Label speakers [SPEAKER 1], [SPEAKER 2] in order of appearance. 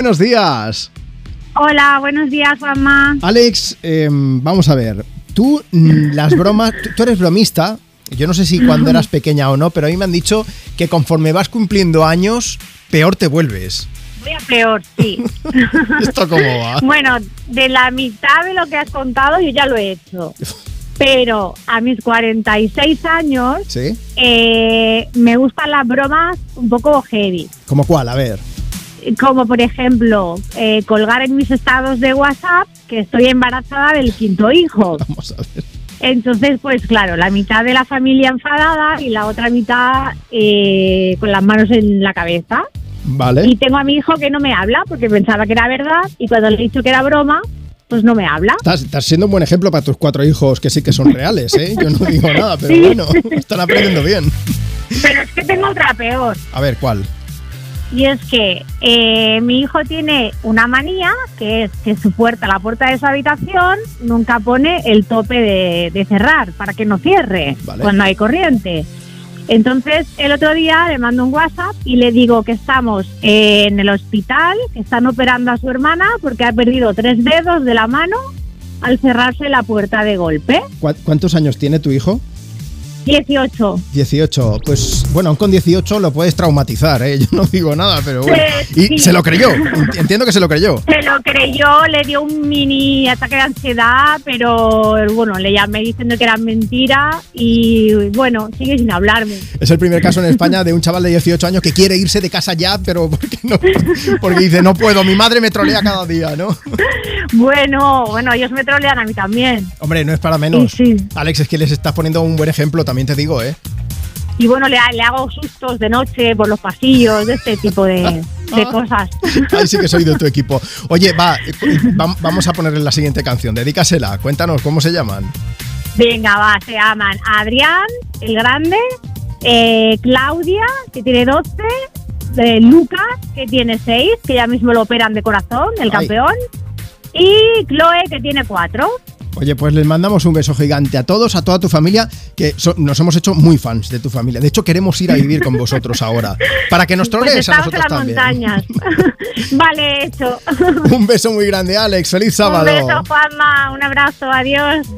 [SPEAKER 1] Buenos días.
[SPEAKER 2] Hola, buenos días, Juanma.
[SPEAKER 1] Alex, eh, vamos a ver. Tú, mm, las bromas, tú- tú eres bromista. Yo no sé si cuando eras pequeña o no, pero a mí me han dicho que conforme vas cumpliendo años, peor te vuelves.
[SPEAKER 2] Voy a peor, sí.
[SPEAKER 1] ¿Esto cómo va?
[SPEAKER 2] bueno, de la mitad de lo que has contado yo ya lo he hecho. Pero a mis 46 años
[SPEAKER 1] ¿Sí?
[SPEAKER 2] eh, me gustan las bromas un poco heavy.
[SPEAKER 1] ¿Como cuál? A ver.
[SPEAKER 2] Como por ejemplo, eh, colgar en mis estados de WhatsApp que estoy embarazada del quinto hijo.
[SPEAKER 1] Vamos a ver.
[SPEAKER 2] Entonces, pues claro, la mitad de la familia enfadada y la otra mitad eh, con las manos en la cabeza. Y
[SPEAKER 1] Vale.
[SPEAKER 2] tengo a mi hijo que no me habla porque pensaba que era verdad y cuando le he dicho que era broma, pues no me habla.
[SPEAKER 1] Estás, estás siendo un buen ejemplo para tus cuatro hijos que sí que son reales, ¿eh? Yo no digo nada, pero
[SPEAKER 2] Sí.
[SPEAKER 1] bueno, están aprendiendo bien.
[SPEAKER 2] Pero es que tengo otra peor.
[SPEAKER 1] A ver, ¿cuál?
[SPEAKER 2] Y es que eh, mi hijo tiene una manía que es que su puerta, la puerta de su habitación, nunca pone el tope de, de cerrar para que no cierre
[SPEAKER 1] Vale.
[SPEAKER 2] cuando hay corriente. Entonces, el otro día le mando un WhatsApp y le digo que estamos eh, en el hospital, que están operando a su hermana porque ha perdido tres dedos de la mano al cerrarse la puerta de golpe.
[SPEAKER 1] ¿Cuá- ¿Cuántos años tiene tu hijo?
[SPEAKER 2] 18.
[SPEAKER 1] 18, pues bueno, con 18 lo puedes traumatizar, ¿eh? yo no digo nada, pero bueno.
[SPEAKER 2] Eh,
[SPEAKER 1] Y
[SPEAKER 2] sí.
[SPEAKER 1] se lo creyó, ent- entiendo que se lo creyó.
[SPEAKER 2] Se lo creyó, le dio un mini ataque de ansiedad, pero bueno, le llamé diciendo que era mentira y bueno, sigue sin hablarme.
[SPEAKER 1] Es el primer caso en España de un chaval de 18 años que quiere irse de casa ya, pero porque no, porque dice, no puedo, mi madre me trolea cada día, ¿no?
[SPEAKER 2] Bueno, bueno, ellos me trolean a mí también.
[SPEAKER 1] Hombre, no es para menos.
[SPEAKER 2] Sí, sí.
[SPEAKER 1] Alex, es que les estás poniendo un buen ejemplo, también te digo, ¿eh?
[SPEAKER 2] Y bueno, le, le hago sustos de noche por los pasillos, de este tipo de, de cosas.
[SPEAKER 1] Ahí sí que soy de tu equipo. Oye, va, eh, va- vamos a ponerle la siguiente canción, dedícasela, cuéntanos cómo se llaman.
[SPEAKER 2] Venga, va, se aman Adrián, el grande, eh, Claudia, que tiene 12, eh, Lucas, que tiene 6, que ya mismo lo operan de corazón, el
[SPEAKER 1] Ay.
[SPEAKER 2] campeón, y Chloe, que tiene 4.
[SPEAKER 1] Oye, pues les mandamos un beso gigante a todos, a toda tu familia, que so- nos hemos hecho muy fans de tu familia. De hecho, queremos ir a vivir con vosotros ahora, para que nos
[SPEAKER 2] Pues
[SPEAKER 1] trolees a
[SPEAKER 2] estamos en
[SPEAKER 1] nosotros
[SPEAKER 2] las
[SPEAKER 1] también.
[SPEAKER 2] montañas. vale, hecho.
[SPEAKER 1] Un beso muy grande, Alex. Feliz sábado.
[SPEAKER 2] Un beso, Juanma, un abrazo, adiós.